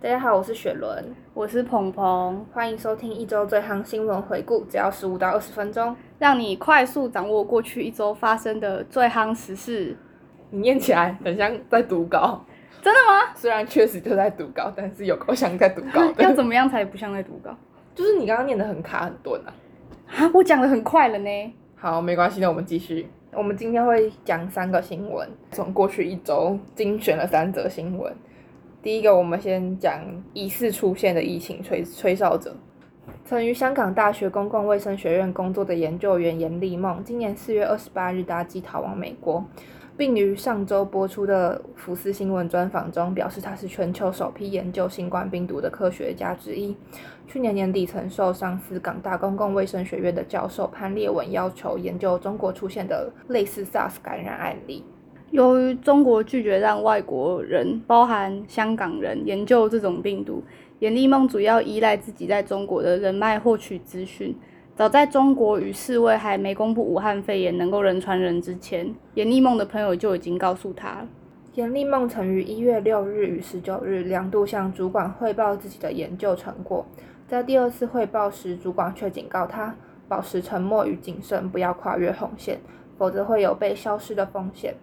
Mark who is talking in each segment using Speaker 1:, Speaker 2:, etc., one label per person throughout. Speaker 1: 大家好，我是雪伦，
Speaker 2: 我是鹏鹏，
Speaker 1: 欢迎收听一周最夯新闻回顾，只要十五到二十分钟。
Speaker 2: 让你快速掌握过去一周发生的最夯时事。
Speaker 1: 你念起来很像在读稿，
Speaker 2: 真的吗？
Speaker 1: 虽然确实就在读稿，但是有够像在读稿
Speaker 2: 要
Speaker 1: 的。
Speaker 2: 怎么样才不像在读稿
Speaker 1: 就是你刚刚念的很卡很顿啊。
Speaker 2: 啊？我讲的很快了呢。
Speaker 1: 好，没关系，那我们继续。我们今天会讲三个新闻，从过去一周精选了三则新闻。第一个，我们先讲疑似出现的疫情吹吹哨者。曾于香港大学公共卫生学院工作的研究员严丽梦，今年四月二十八日搭机逃往美国，并于上周播出的福斯新闻专访中表示，他是全球首批研究新冠病毒的科学家之一。去年年底曾受上司港大公共卫生学院的教授潘烈文要求研究中国出现的类似 SARS 感染案例。
Speaker 2: 由于中国拒绝让外国人，包含香港人，研究这种病毒，严立梦主要依赖自己在中国的人脉获取资讯。早在中国与世卫还没公布武汉肺炎能够人传人之前，严立梦的朋友就已经告诉他了。
Speaker 1: 严立梦曾于一月六日与十九日两度向主管汇报自己的研究成果，在第二次汇报时，主管却警告他保持沉默与谨慎，不要跨越红线，否则会有被消失的风险。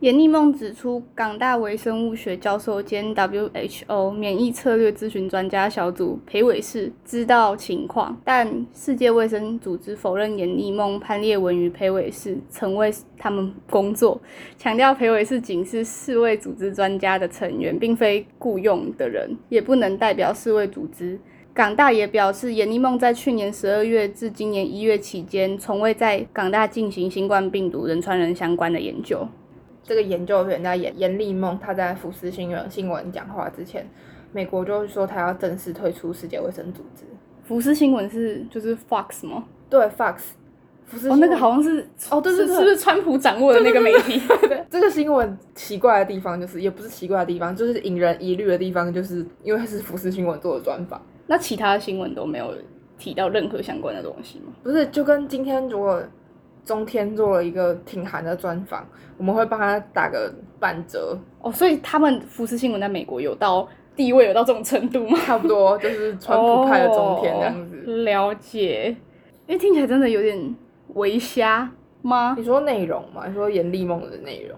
Speaker 2: 严立梦指出，港大微生物学教授兼 WHO 免疫策略咨询专家小组裴伟士知道情况，但世界卫生组织否认严立梦、潘烈文与裴伟士曾为他们工作，强调裴伟士仅是世卫组织专家的成员，并非雇佣的人，也不能代表世卫组织。港大也表示，严立梦在去年十二月至今年一月期间，从未在港大进行新冠病毒人传人相关的研究。
Speaker 1: 这个研究员在严严立梦，他在福斯新闻新闻讲话之前，美国就是说他要正式退出世界卫生组织。
Speaker 2: 福斯新闻是就是 Fox 吗？
Speaker 1: 对，Fox，福斯
Speaker 2: 哦，
Speaker 1: 新
Speaker 2: 那个
Speaker 1: 闻
Speaker 2: 好像是
Speaker 1: 哦对对
Speaker 2: 是
Speaker 1: 对
Speaker 2: 是不是川普掌握的那个媒体？
Speaker 1: 这个新闻奇怪的地方，就是也不是奇怪的地方，就是引人疑虑的地方，就是因为它是福斯新闻做的专访，
Speaker 2: 那其他的新闻都没有提到任何相关的东西吗？
Speaker 1: 不是就跟今天如果中天做了一个挺韩的专访，我们会帮他打个半折，
Speaker 2: 哦，所以他们福斯新闻在美国有到地位有到这种程度吗？
Speaker 1: 差不多就是川普派的中天这样子。
Speaker 2: 哦了解，因为听起来真的有点微瞎吗
Speaker 1: 你？说内容嘛？你说严立梦的内容？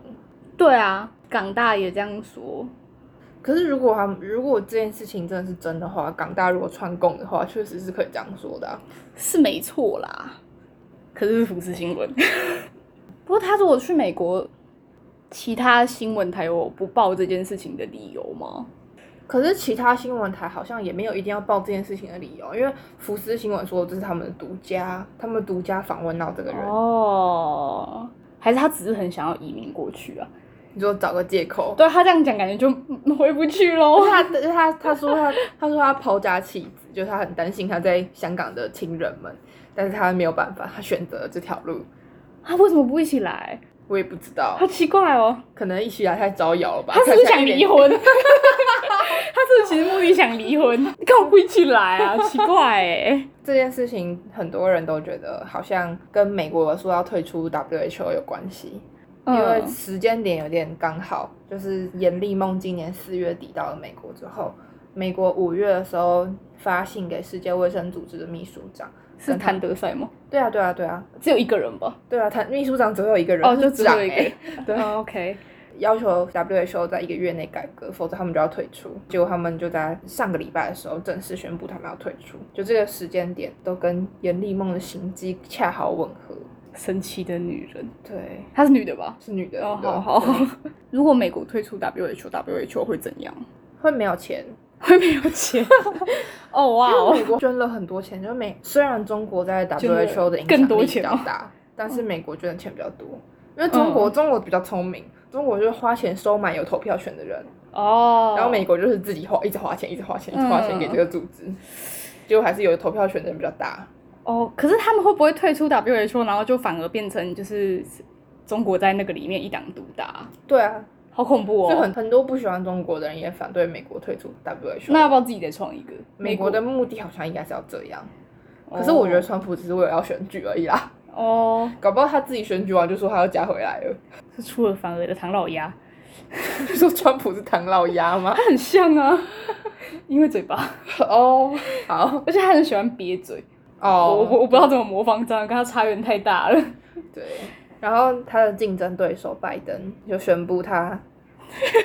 Speaker 2: 对啊，港大也这样说。
Speaker 1: 可是如果他们如果这件事情真的是真的话，港大如果串供的话，确实是可以这样说的啊、
Speaker 2: 是没错啦，可是是福斯新闻。 不过他如果去美国，其他新闻台有不报这件事情的理由吗？
Speaker 1: 可是其他新闻台好像也没有一定要报这件事情的理由，因为福斯新闻说这是他们的独家，他们独家访问到这个人，
Speaker 2: 哦，还是他只是很想要移民过去啊？
Speaker 1: 你说找个借口。
Speaker 2: 对他这样讲，感觉就嗯回不去
Speaker 1: 因为
Speaker 2: 喽。
Speaker 1: 他他他说他他说他抛家弃子，就是他很担心他在香港的亲人们，但是他没有办法，他选择了这条路，
Speaker 2: 他啊为什么不一起来？
Speaker 1: 我也不知道
Speaker 2: 好，奇怪哦，
Speaker 1: 可能一起来太招摇了吧？
Speaker 2: 他是不是
Speaker 1: 看起来
Speaker 2: 想
Speaker 1: 一脸
Speaker 2: 离？ 婚？他是不是其实目的想离婚？你 干嘛不一起来啊？奇怪哎、
Speaker 1: 这件事情很多人都觉得好像跟美国说要退出 WHO 有关系，因为
Speaker 2: 嗯
Speaker 1: 时间点有点刚好，就是严立梦今年四月底到了美国之后，美国五月的时候发信给世界卫生组织的秘书长。
Speaker 2: 是谭德赛吗？
Speaker 1: 对啊，对啊，对啊，
Speaker 2: 只有一个人吧？
Speaker 1: 对啊，他秘书长只会有一个人，
Speaker 2: 哦，就只
Speaker 1: 是长
Speaker 2: 有一个
Speaker 1: 欸
Speaker 2: 人。
Speaker 1: 对
Speaker 2: 哦，OK。
Speaker 1: 要求 WHO 在一个月内改革，否则他们就要退出。结果他们就在上个礼拜的时候正式宣布他们要退出，就这个时间点都跟严立梦的行迹恰好吻合。
Speaker 2: 神奇的女人，
Speaker 1: 对，
Speaker 2: 她是女的吧？
Speaker 1: 是女的，
Speaker 2: 哦，
Speaker 1: 对
Speaker 2: 好好
Speaker 1: 对。啊
Speaker 2: 如果美国退出 WHO，WHO 会怎样？
Speaker 1: 会没有钱，
Speaker 2: 会没有钱？哦哇
Speaker 1: 因为
Speaker 2: 哦！
Speaker 1: 美国捐了很多钱，就是美虽然中国在
Speaker 2: 捐了
Speaker 1: WHO 的影
Speaker 2: 更
Speaker 1: 响
Speaker 2: 多
Speaker 1: 力比
Speaker 2: 钱
Speaker 1: 较
Speaker 2: 吗嗯
Speaker 1: 大，但是美国捐的钱比较多，因为中国、中国比较聪明，中国就是花钱收买有投票权的人，
Speaker 2: 哦，嗯
Speaker 1: 然后美国就是自己花一直花钱，一直花钱，一直花钱给这个组织，结果还是有投票权的人比较大。
Speaker 2: 哦，可是他们会不会退出 WHO，然后就反而变成就是中国在那个里面一党独大？
Speaker 1: 对啊，
Speaker 2: 好恐怖
Speaker 1: 就
Speaker 2: 哦！
Speaker 1: 很很多不喜欢中国的人也反对美国退出 WHO。
Speaker 2: 那要不要自己再创一个？
Speaker 1: 美国的目的好像应该是要这样，
Speaker 2: 哦，
Speaker 1: 可是我觉得川普只是为了要选举而已啦，
Speaker 2: 哦，
Speaker 1: 搞不好他自己选举完就说他要加回来了，
Speaker 2: 是出尔反尔的唐老鸭，
Speaker 1: 就说川普是唐老鸭吗？
Speaker 2: 他很像啊。 因为嘴巴，
Speaker 1: 哦，好
Speaker 2: 而且他很喜欢瘪嘴。我我
Speaker 1: 哦，
Speaker 2: 我不知道怎么模仿这样，跟他差远太大了。
Speaker 1: 对。然后他的竞争对手拜登就宣布他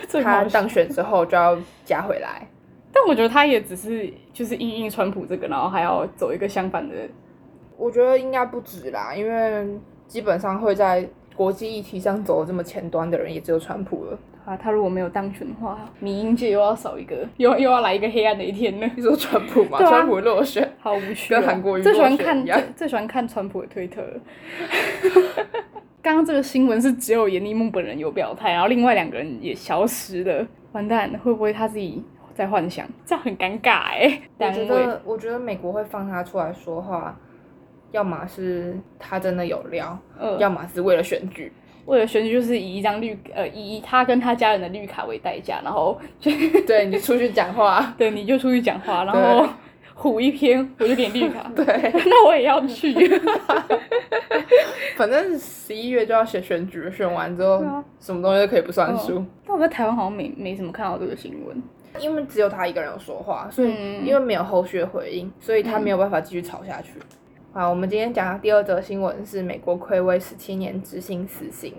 Speaker 2: 最
Speaker 1: 他
Speaker 2: 好笑
Speaker 1: 当选之后就要加回来，
Speaker 2: 但我觉得他也只是就是应应川普这个，然后还要走一个相反的。
Speaker 1: 我觉得应该不止啦，因为基本上会在国际议题上走得这么前端的人也只有川普了。
Speaker 2: 啊，他如果没有当选的话，民英界又要少一个，又又要来一个黑暗的一天了。
Speaker 1: 你说川普嘛，
Speaker 2: 对啊
Speaker 1: 川普落选，
Speaker 2: 好无趣、哦，
Speaker 1: 跟韩国瑜
Speaker 2: 最喜欢
Speaker 1: 落选
Speaker 2: 看
Speaker 1: 一样
Speaker 2: 最最喜欢看川普的推特了。 刚刚这个新闻是只有严立梦本人有表态，然后另外两个人也消失了，完蛋，会不会他自己在幻想？这样很尴尬哎、
Speaker 1: 我
Speaker 2: 单
Speaker 1: 觉
Speaker 2: 位
Speaker 1: 得我觉得美国会放他出来说话，要么是他真的有料，
Speaker 2: 呃，
Speaker 1: 要么是为了选举。
Speaker 2: 为了选举就是以一张绿呃以他跟他家人的绿卡为代价，然后就，
Speaker 1: 对你出去讲话
Speaker 2: 对你就出去讲话，然后
Speaker 1: 对，
Speaker 2: 唬一篇我就给你绿卡
Speaker 1: 对，
Speaker 2: 那我也要去。
Speaker 1: 反正十一月就要选选举了，选完之后
Speaker 2: 对啊嗯
Speaker 1: 什么东西都可以不算数。
Speaker 2: 但我在台湾好像没没什么看到这个新闻。
Speaker 1: 因为只有他一个人有说话，所以
Speaker 2: 嗯
Speaker 1: 因为没有后续的回应，所以他没有办法继续吵下去。
Speaker 2: 嗯
Speaker 1: 好，我们今天讲的第二则新闻是美国暌违十七年执行死刑。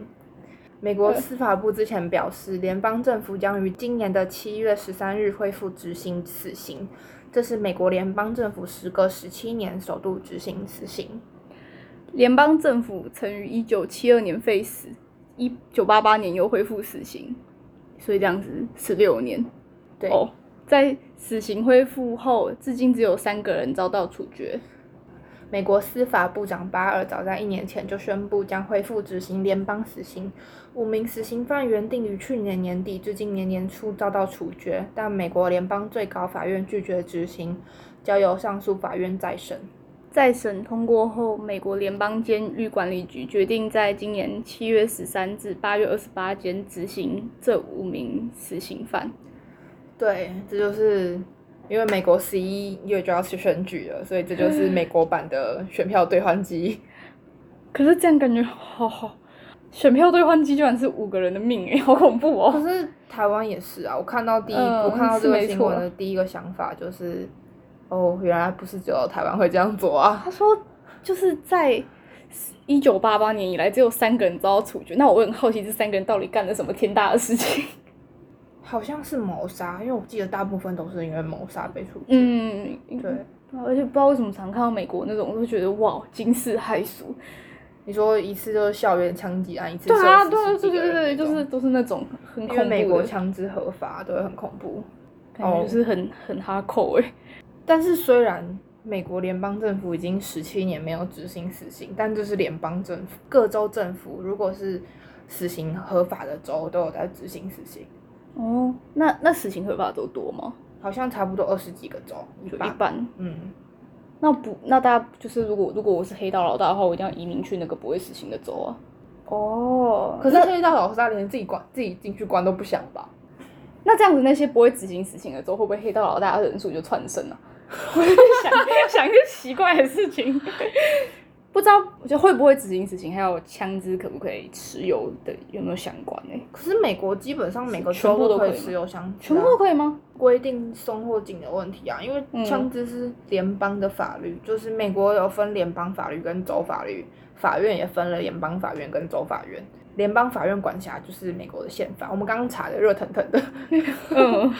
Speaker 1: 美国
Speaker 2: 对
Speaker 1: 司法部之前表示，联邦政府将于今年的七月十三日恢复执行死刑，这是美国联邦政府时隔十七年首度执行死刑。
Speaker 2: 联邦政府曾于一九七二年废死，一九八八年又恢复死刑，所以这样子十六年
Speaker 1: 对，
Speaker 2: 哦。在死刑恢复后，至今只有三个人遭到处决。
Speaker 1: 美国司法部长巴尔早在一年前就宣布将恢复执行联邦死刑。五名死刑犯原定于去年年底至今年年初遭到处决，但美国联邦最高法院拒绝执行，交由上诉法院再审。
Speaker 2: 再审通过后，美国联邦监狱管理局决定在今年七月十三至八月二十八间执行这五名死刑犯。
Speaker 1: 对，这就是因为美国十一月就要去选举了，所以这就是美国版的选票兑换 机。
Speaker 2: 可是这样感觉好好，选票兑换机居然是五个人的命哎、好恐怖哦！
Speaker 1: 可是台湾也是啊，我看到第一，
Speaker 2: 嗯
Speaker 1: 我看到这
Speaker 2: 是
Speaker 1: 个
Speaker 2: 没
Speaker 1: 新闻
Speaker 2: 错
Speaker 1: 的第一个想法就是，哦，原来不是只有台湾会这样做啊。
Speaker 2: 他说就是在一九八八年以来，只有三个人遭到处决。那我很好奇，这三个人到底干了什么天大的事情？
Speaker 1: 好像是谋杀，因为我记得大部分都是因为谋杀被处决。，
Speaker 2: 嗯，
Speaker 1: 对。
Speaker 2: 啊。而且不知道为什么常看到美国那种，我就觉得哇，惊世骇俗。
Speaker 1: 你说一次就是校园枪击案，一次
Speaker 2: 对啊，对啊，
Speaker 1: 射死十几
Speaker 2: 对
Speaker 1: 个
Speaker 2: 对对
Speaker 1: 人
Speaker 2: 对，
Speaker 1: 那种
Speaker 2: 就是都是那种很
Speaker 1: 因
Speaker 2: 恐
Speaker 1: 为
Speaker 2: 怖
Speaker 1: 美国
Speaker 2: 的，
Speaker 1: 枪支合法，对，很恐怖。
Speaker 2: 感觉就是很、很哈扣哎、
Speaker 1: 但是虽然美国联邦政府已经十七年没有执行死刑，但这是联邦政府，各州政府如果是死刑合法的州都有在执行死刑，
Speaker 2: 哦，那那死刑合法都多吗？
Speaker 1: 好像差不多二十几个州，一
Speaker 2: 就一
Speaker 1: 半。
Speaker 2: 般。
Speaker 1: 嗯，
Speaker 2: 那不，那大家就是如果如果我是黑道老大的话，我一定要移民去那个不会死刑的州啊。哦
Speaker 1: 可是黑道老大连自己关自己进去关都不想吧？
Speaker 2: 那这样子，那些不会执行死刑的州，会不会黑道老大的人数就窜升了、啊？ 我在想 想一些奇怪的事情，不知道就会不会执行死刑，还有枪支可不可以持有的有没有相关呢、
Speaker 1: 可是美国基本上每个
Speaker 2: 全
Speaker 1: 州
Speaker 2: 部都
Speaker 1: 可
Speaker 2: 可以
Speaker 1: 以
Speaker 2: 吗
Speaker 1: 持有枪支、啊，
Speaker 2: 全部都可以吗？
Speaker 1: 规定松或紧的问题啊，因
Speaker 2: 嗯
Speaker 1: 为枪支是联邦的法律，就是美国有分联邦法律跟州法律，法院也分了联邦法院跟州法院。联邦法院管辖就是美国的宪法，我们刚刚查的热腾腾的， 啊
Speaker 2: 嗯，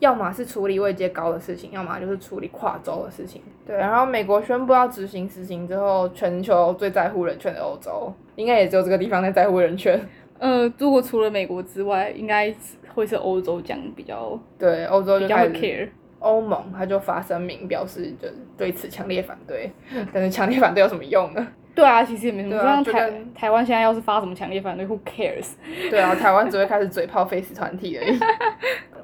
Speaker 1: 要么是处理位阶高的事情，要么就是处理跨州的事情。对，然后美国宣布要执行死刑之后，全球最在乎人权的欧洲，应该也只有这个地方在在乎人权。
Speaker 2: 呃，如果除了美国之外，应该会是欧洲讲比较
Speaker 1: 对，欧洲
Speaker 2: 比
Speaker 1: 就
Speaker 2: 较会
Speaker 1: 开始
Speaker 2: care。
Speaker 1: 欧盟他就发声明表示，就是对此强烈反对。 但是强烈反对有什么用呢？
Speaker 2: 对啊，其实也没什么。
Speaker 1: 对
Speaker 2: 就
Speaker 1: 啊
Speaker 2: 像
Speaker 1: 就
Speaker 2: 台
Speaker 1: 跟
Speaker 2: 台湾现在要是发什么强烈反对，Who cares？
Speaker 1: 对啊，台湾只会开始嘴炮 face 团体而已。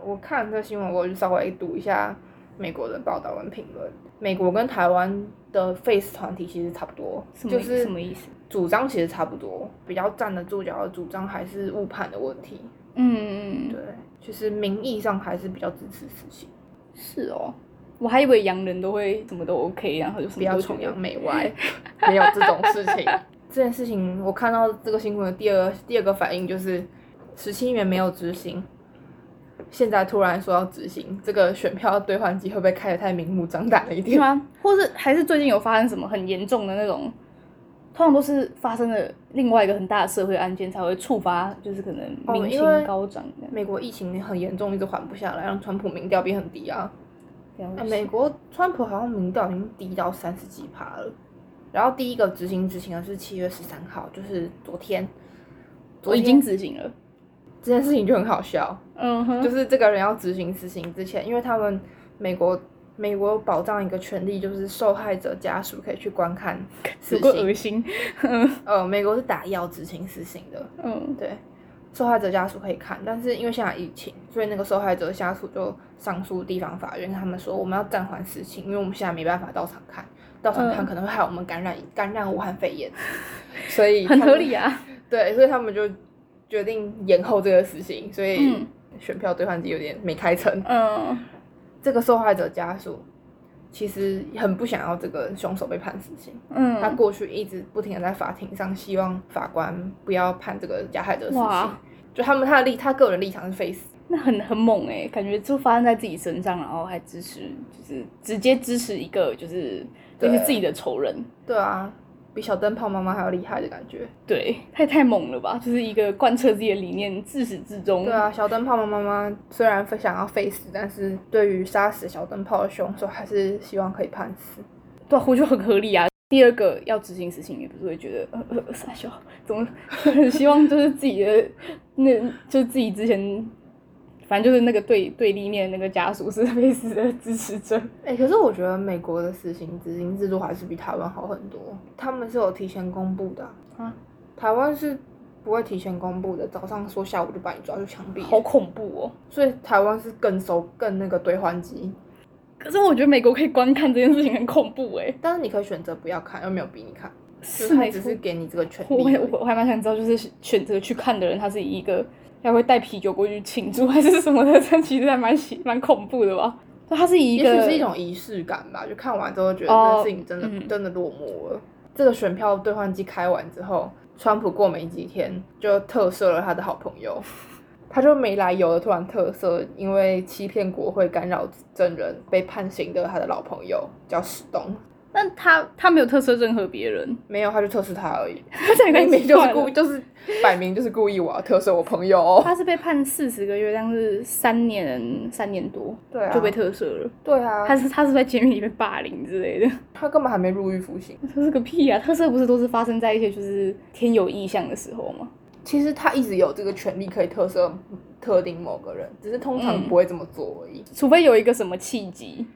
Speaker 1: 我看这新闻，我就稍微读一下美国的报道跟评论。美国跟台湾的 face 团体其实差不多，
Speaker 2: 什么、
Speaker 1: 就是
Speaker 2: 什么意思？
Speaker 1: 主张其实差不多，比较站得住脚的主张还是误判的问题。
Speaker 2: 嗯，
Speaker 1: 对，就是名义上还是比较支持死刑，
Speaker 2: 是哦。我还以为洋人都会什么都 OK，然后就什
Speaker 1: 不
Speaker 2: 么
Speaker 1: 要
Speaker 2: 都
Speaker 1: 崇
Speaker 2: 觉得
Speaker 1: 洋媚外，没有这种事情。 这件事情我看到这个新闻的第二第二个反应就是，十七年没有执行，现在突然说要执行这个选票兑换机，会不会开得太明目张胆了一
Speaker 2: 是
Speaker 1: 点？
Speaker 2: 吗？或是还是最近有发生什么很严重的那种，通常都是发生了另外一个很大的社会案件才会触发，就是可能
Speaker 1: 哦
Speaker 2: 民
Speaker 1: 因为啊
Speaker 2: 情高涨这样
Speaker 1: 美国疫情很严重，一直缓不下来，让川普民调变很低啊。
Speaker 2: 了
Speaker 1: 哎
Speaker 2: 解
Speaker 1: 美国川普好像民调已经低到三十几趴了。然后第一个执行执行的是七月十三号，就是昨天。
Speaker 2: 我
Speaker 1: 昨
Speaker 2: 哦已
Speaker 1: 天
Speaker 2: 经执行了。
Speaker 1: 这件事情就很好笑，
Speaker 2: 嗯哼，
Speaker 1: 就是这个人要执行死刑之前，因为他们美国美国保障一个权利，就是受害者家属可以去观看死
Speaker 2: 有够
Speaker 1: 刑
Speaker 2: 恶。心。
Speaker 1: 呃，美国是打药执行死刑的，
Speaker 2: 嗯，
Speaker 1: 对，受害者家属可以看，但是因为现在疫情，所以那个受害者家属就上诉地方法院，他们说我们要暂缓死刑，因为我们现在没办法到场看，到场看
Speaker 2: 嗯
Speaker 1: 可能会害我们感染、感染武汉肺 炎，所以
Speaker 2: 很
Speaker 1: 他们
Speaker 2: 合理啊。
Speaker 1: 对，所以他们就决定延后这个死刑，所以
Speaker 2: 嗯
Speaker 1: 选票兑换机有点没开成。
Speaker 2: 嗯，
Speaker 1: 这个受害者家属其实很不想要这个凶手被判死刑，
Speaker 2: 嗯，
Speaker 1: 他过去一直不停的在法庭上希望法官不要判这个加害者死刑
Speaker 2: 哇，
Speaker 1: 就他们他的立他个人立场是非死。
Speaker 2: 那很很猛哎、感觉就发生在自己身上，然后还支持，就是直接支持一个就是就
Speaker 1: 对
Speaker 2: 是自己的仇人，
Speaker 1: 对啊，比小灯泡妈妈还要厉害的感觉。
Speaker 2: 对，太太猛了吧？就是一个贯彻自己的理念，自始至终。
Speaker 1: 对啊，小灯泡妈妈虽然非想要非死，但是对于杀死小灯泡的凶手，还是希望可以判死。
Speaker 2: 对啊，我就很合理啊。第二个要执行死刑，也不是会觉得呃呃傻笑，怎么 很希望就是自己的那就是自己之前，反正就是那个对对立面那个家属是被死的支持者。
Speaker 1: 哎、可是我觉得美国的死刑执行制度还是比台湾好很多，他们是有提前公布的
Speaker 2: 啊
Speaker 1: 台湾是不会提前公布的，早上说下午就把你抓去枪毙，
Speaker 2: 好恐怖哦！
Speaker 1: 所以台湾是更熟更那个兑换机，
Speaker 2: 可是我觉得美国可以观看这件事情很恐怖哎、
Speaker 1: 但是你可以选择不要看，又没有逼你看，就是是他
Speaker 2: 没
Speaker 1: 只
Speaker 2: 错
Speaker 1: 是给你这个权
Speaker 2: 我
Speaker 1: 利
Speaker 2: 也
Speaker 1: 而已。
Speaker 2: 我我还蛮想知道，就是选择去看的人，他是以一个要会带啤酒过去庆祝还是什么的， 这其实还蛮喜蛮恐怖的吧？就他是以一
Speaker 1: 也许
Speaker 2: 个
Speaker 1: 是一种仪式感吧，就看完之后觉得
Speaker 2: 哦
Speaker 1: 这件事情真的、
Speaker 2: 嗯
Speaker 1: 真的落幕了。这个选票兑换机开完之后，川普过没几天就特赦了他的好朋友，他就没来由的突然特赦，因为欺骗国会干扰证人被判刑的他的老朋友叫史东，
Speaker 2: 但他他没有特赦任何别人，
Speaker 1: 没有他就特赦他而已，
Speaker 2: 他这
Speaker 1: 明明就是故
Speaker 2: 故
Speaker 1: 意，就是摆明就是故意我要特赦我朋友、哦，
Speaker 2: 他是被判四十个月，但是三年三年多
Speaker 1: 对啊，
Speaker 2: 就被特赦了。
Speaker 1: 对啊，
Speaker 2: 他
Speaker 1: 他
Speaker 2: 是他是在监狱里被霸凌之类的，
Speaker 1: 他根本还没入狱服刑。
Speaker 2: 特赦个屁啊！特赦不是都是发生在一些就是天有异象的时候吗？
Speaker 1: 其实他一直有这个权利可以特赦特定某个人，只是通常
Speaker 2: 嗯
Speaker 1: 不会这么做而已。
Speaker 2: 除非有一个什么契机，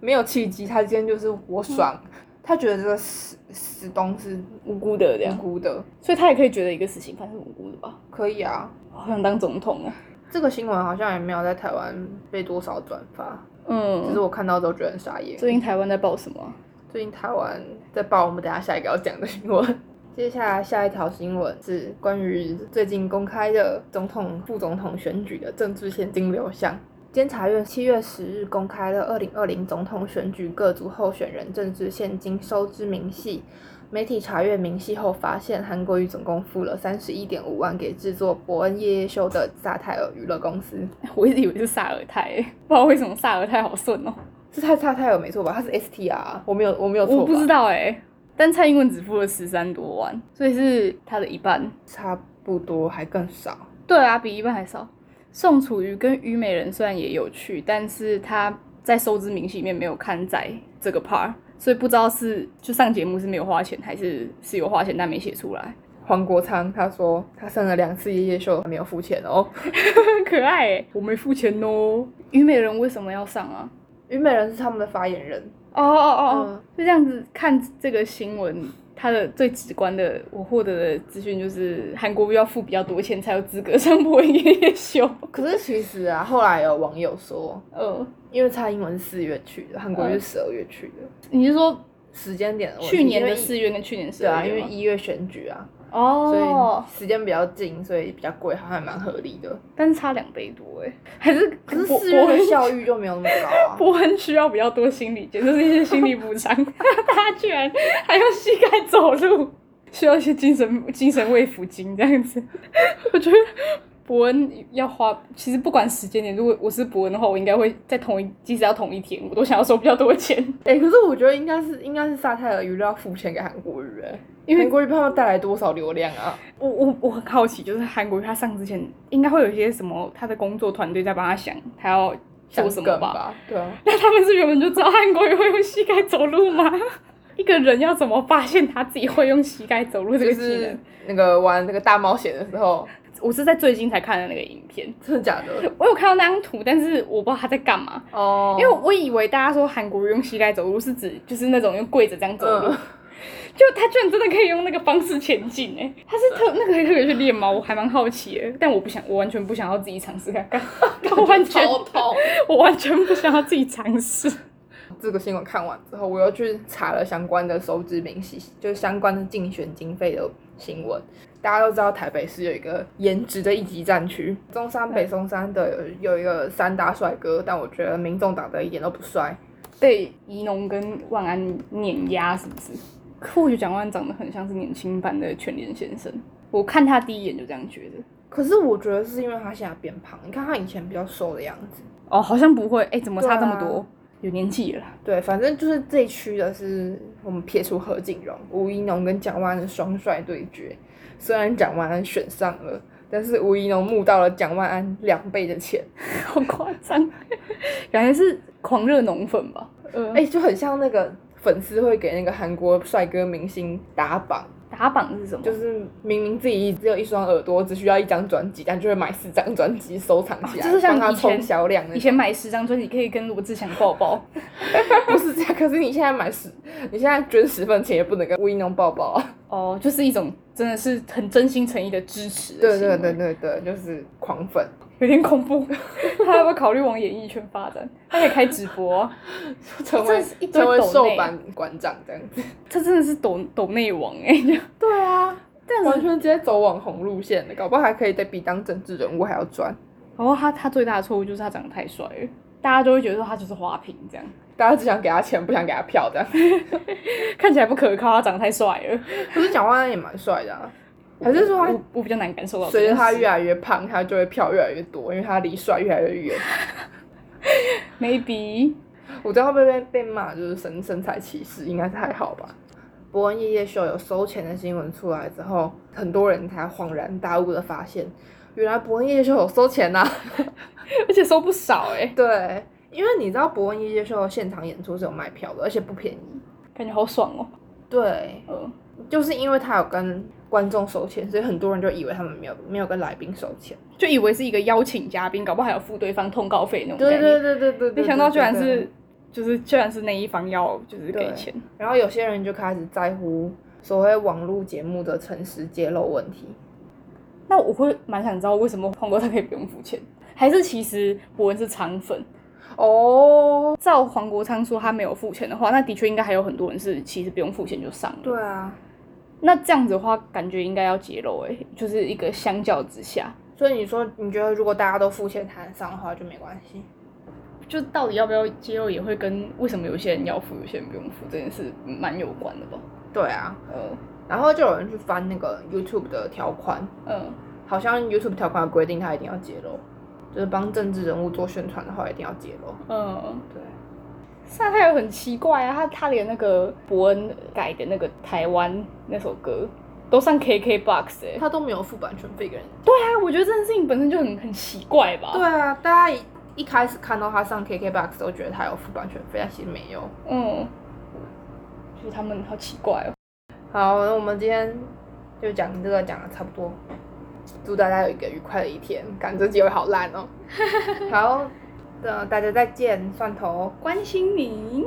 Speaker 1: 没有契机，他今天就是我爽，他觉得这个死死东是
Speaker 2: 无辜的这
Speaker 1: 无
Speaker 2: 样，
Speaker 1: 辜的，
Speaker 2: 所以他也可以觉得一个死刑犯是无辜的吧？
Speaker 1: 可以啊。
Speaker 2: 好想当总统哦。
Speaker 1: 这个新闻好像也没有在台湾被多少转发，只是
Speaker 2: 嗯，
Speaker 1: 我看到之后觉得很傻眼。
Speaker 2: 最近台湾在报什么啊、
Speaker 1: 最近台湾在报我们等一下下一个要讲的新闻。接下来下一条新闻是关于最近公开的总统、副总统选举的政治现金流向。监察院七月十日公开了二零二零总统选举各组候选人政治现金收支明细。媒体查阅明细后发现，韩国瑜总共付了三十一点五万给制作《伯恩夜夜秀》的萨泰尔娱乐公司。
Speaker 2: 我一直以为是萨尔泰、 欸，不知道为什么萨尔泰好顺哦、
Speaker 1: 是泰萨泰尔没错吧？他是 STR，我啊没有我没有错吧？
Speaker 2: 我不知道哎、但蔡英文只付了十三多万，所以是他的一半。
Speaker 1: 差不多还更少。
Speaker 2: 对啊，比一半还少。宋楚瑜跟虞美人虽然也有去，但是他在收支明细里面没有刊载这个 part，所以不知道是就上节目是没有花钱，还是是有花钱但没写出来。
Speaker 1: 黄国昌他说他上了两次夜夜秀没有付钱哦。
Speaker 2: 很可爱哎、我没付钱哦。虞美人为什么要上啊？
Speaker 1: 虞美人是他们的发言人，
Speaker 2: 哦哦哦哦，
Speaker 1: 嗯
Speaker 2: 就这样子看这个新闻，它的最直观的我获得的资讯就是韩国瑜要付比较多钱才有资格上伯恩夜 夜秀。
Speaker 1: 可是其实啊，后来有网友说，
Speaker 2: 呃，
Speaker 1: 因为蔡英文是四月去的，韩国瑜是十二月去的，
Speaker 2: 你是说
Speaker 1: 时间点的问题
Speaker 2: 去年
Speaker 1: 哦因为
Speaker 2: 的
Speaker 1: 一
Speaker 2: 四月跟去年四
Speaker 1: 对
Speaker 2: 月
Speaker 1: 啊，因为
Speaker 2: 吗
Speaker 1: 一月选举啊，所
Speaker 2: 哦，
Speaker 1: 以时间比较近，所以比较贵，好像还蛮合理的。
Speaker 2: 但是差两倍多哎、还是
Speaker 1: 可是
Speaker 2: 伯
Speaker 1: 四月
Speaker 2: 伯
Speaker 1: 的
Speaker 2: 恩
Speaker 1: 效益就没有那么高 啊。
Speaker 2: 伯恩需要比较多心理，就是一些心理补偿。他居然还用膝盖 走路，需要一些精神精神慰抚金这样子。我觉得伯恩要花，其实不管时间点，如果我是伯恩的话，我应该会在同一，即使要同一天，我都想要收比较多的钱，
Speaker 1: 哎、可是我觉得应该是应该是沙泰尔娱乐要付钱给韩国瑜，哎，
Speaker 2: 因为
Speaker 1: 韩国瑜不知道带来多少流量啊？
Speaker 2: 我我我很好奇，就是韩国瑜他上之前应该会有一些什么他的工作团队在帮他想他要做什
Speaker 1: 想
Speaker 2: 么
Speaker 1: 梗
Speaker 2: 吧？
Speaker 1: 吧？对啊，
Speaker 2: 那他们是原本就知道韩国瑜会用膝盖走路吗？ 一个人要怎么发现他自己会用膝盖走路这
Speaker 1: 就
Speaker 2: 个技能？
Speaker 1: 是那个玩那个大冒险的时候，
Speaker 2: 我是在最近才看的那个影片，
Speaker 1: 真的假的？
Speaker 2: 我有看到那张图，但是我不知道他在干嘛，
Speaker 1: 哦，
Speaker 2: 因为我以为大家说韩国瑜用膝盖走路是指就是那种用跪着这样走路，
Speaker 1: 嗯
Speaker 2: 就他居然真的可以用那个方式前进哎、他是特那个可以特别去练吗？我还蛮好奇的，但我不想，我完全不想要自己尝试 看看，我完全
Speaker 1: 超痛。
Speaker 2: 我完全不想要自己尝试。
Speaker 1: 这个新闻看完之后，我又去查了相关的收支明细，就是相关的竞选经费的新闻。大家都知道台北市有一个颜值的一级战区，中山北松山的有有一个三大帅哥，但我觉得民众党的一点都不帅。
Speaker 2: 被宜农跟万安碾压，是不是？或许蒋万安长得很像是年轻版的全联先生，我看他第一眼就这样觉得。
Speaker 1: 可是我觉得是因为他现在变胖，你看他以前比较瘦的样子。
Speaker 2: 哦，好像不会，哎、怎么差这么
Speaker 1: 对
Speaker 2: 多？
Speaker 1: 啊
Speaker 2: 有年纪了 啦，
Speaker 1: 对，反正就是这一区的是我们撇除何景荣、吴一农跟蒋万安的双帅对决。虽然蒋万安选上了，但是吴一农募到了蒋万安两倍的钱。
Speaker 2: 好夸张，感觉是狂热农粉吧？呃，
Speaker 1: 哎、就很像那个粉丝会给那个韩国帅哥明星打榜，
Speaker 2: 打榜是什么？
Speaker 1: 就是明明自己只有一双耳朵，只需要一张专辑，但就会买四张专辑收藏起来，
Speaker 2: 哦就是像
Speaker 1: 帮他
Speaker 2: 以前
Speaker 1: 冲销量那
Speaker 2: 以
Speaker 1: 种。
Speaker 2: 前买十张专辑可以跟罗志祥抱抱，
Speaker 1: 不是这样，可是你现在买十，你现在捐十份钱也不能跟吴一农抱抱啊。
Speaker 2: 哦，就是一种真的是很真心诚意的支持的
Speaker 1: 对
Speaker 2: 行
Speaker 1: 对
Speaker 2: 为
Speaker 1: 对对对， 就是狂粉。
Speaker 2: 有点恐怖。他要不要考虑往演艺圈发展？他可以开直播啊、
Speaker 1: 成为
Speaker 2: 这是一堆
Speaker 1: 成为
Speaker 2: 抖内
Speaker 1: 瘦版馆长这样子。
Speaker 2: 这真的是抖抖内王哎、
Speaker 1: 对啊，
Speaker 2: 但
Speaker 1: 完
Speaker 2: 是，
Speaker 1: 全直接走网红路线的，搞不好还可以再比当政治人物还要赚。
Speaker 2: 然后他他最大的错误就是他长得太帅了，大家就会觉得说他就是花瓶这样，
Speaker 1: 大家只想给他钱，不想给他票这样。
Speaker 2: 看起来不可靠，他长得太帅了。
Speaker 1: 可是蒋万安也蛮帅的、啊，还是说他
Speaker 2: 我我我比较难感受到这
Speaker 1: 随
Speaker 2: 件事。
Speaker 1: 着他越来越胖，他就会票越来越多，因为他离帅越来越 远。
Speaker 2: maybe
Speaker 1: 我知道被被被骂就是身身材歧视，应该是还好吧。伯恩夜夜秀有收钱的新闻出来之后，很多人才恍然大悟的发现，原来伯恩夜夜秀有收钱呐、啊
Speaker 2: 而且收不少哎、
Speaker 1: 对，因为你知道伯恩夜夜秀现场演出是有卖票的，而且不便宜。
Speaker 2: 感觉好爽哦。
Speaker 1: 对，
Speaker 2: 呃，
Speaker 1: 就是因为他有跟观众收钱，所以很多人就以为他们没有没有跟来宾收钱。
Speaker 2: 就以为是一个邀请嘉宾，搞不好还要付对方通告费那种概
Speaker 1: 对
Speaker 2: 念。
Speaker 1: 对对对对对，
Speaker 2: 没想到居然
Speaker 1: 对对
Speaker 2: 是就是居然是那一方要就是给
Speaker 1: 对
Speaker 2: 钱，
Speaker 1: 然后有些人就开始在乎所谓网络节目的诚实揭露问题。
Speaker 2: 那我会蛮想知道为什么黄国他可以不用付钱，还是其实伯恩是肠粉？
Speaker 1: 哦，
Speaker 2: 照黄国昌说他没有付钱的话，那的确应该还有很多人是其实不用付钱就上了。
Speaker 1: 对啊，
Speaker 2: 那这样子的话，感觉应该要揭露哎、就是一个相较之下，
Speaker 1: 所以你说你觉得如果大家都付钱才能上的话就没关系？
Speaker 2: 就到底要不要揭露，也会跟为什么有些人要付，有些人不用付这件事蛮有关的吧？
Speaker 1: 对啊，
Speaker 2: 呃
Speaker 1: 然后就有人去翻那个 YouTube 的条款，
Speaker 2: 呃，
Speaker 1: 好像 YouTube 条款规定他一定要揭露，就是帮政治人物做宣传的话一定要揭露。
Speaker 2: 嗯，
Speaker 1: 对，
Speaker 2: 萨泰尔很奇怪啊，他他连那个伯恩改的那个台湾那首歌都上 KK Box 哎、欸，
Speaker 1: 他都没有付版权费给人。
Speaker 2: 对啊，我觉得这件事情本身就很很奇怪吧？
Speaker 1: 对，啊，大家一一开始看到他上 KKBox 都觉得他有付版权费，但其实没有。
Speaker 2: 嗯，就是他们好奇怪哦。
Speaker 1: 好，那我们今天就讲这个讲的差不多，祝大家有一个愉快的一天。感觉这结尾好 烂哦。好，那大家再见，蒜头。
Speaker 2: 关心您。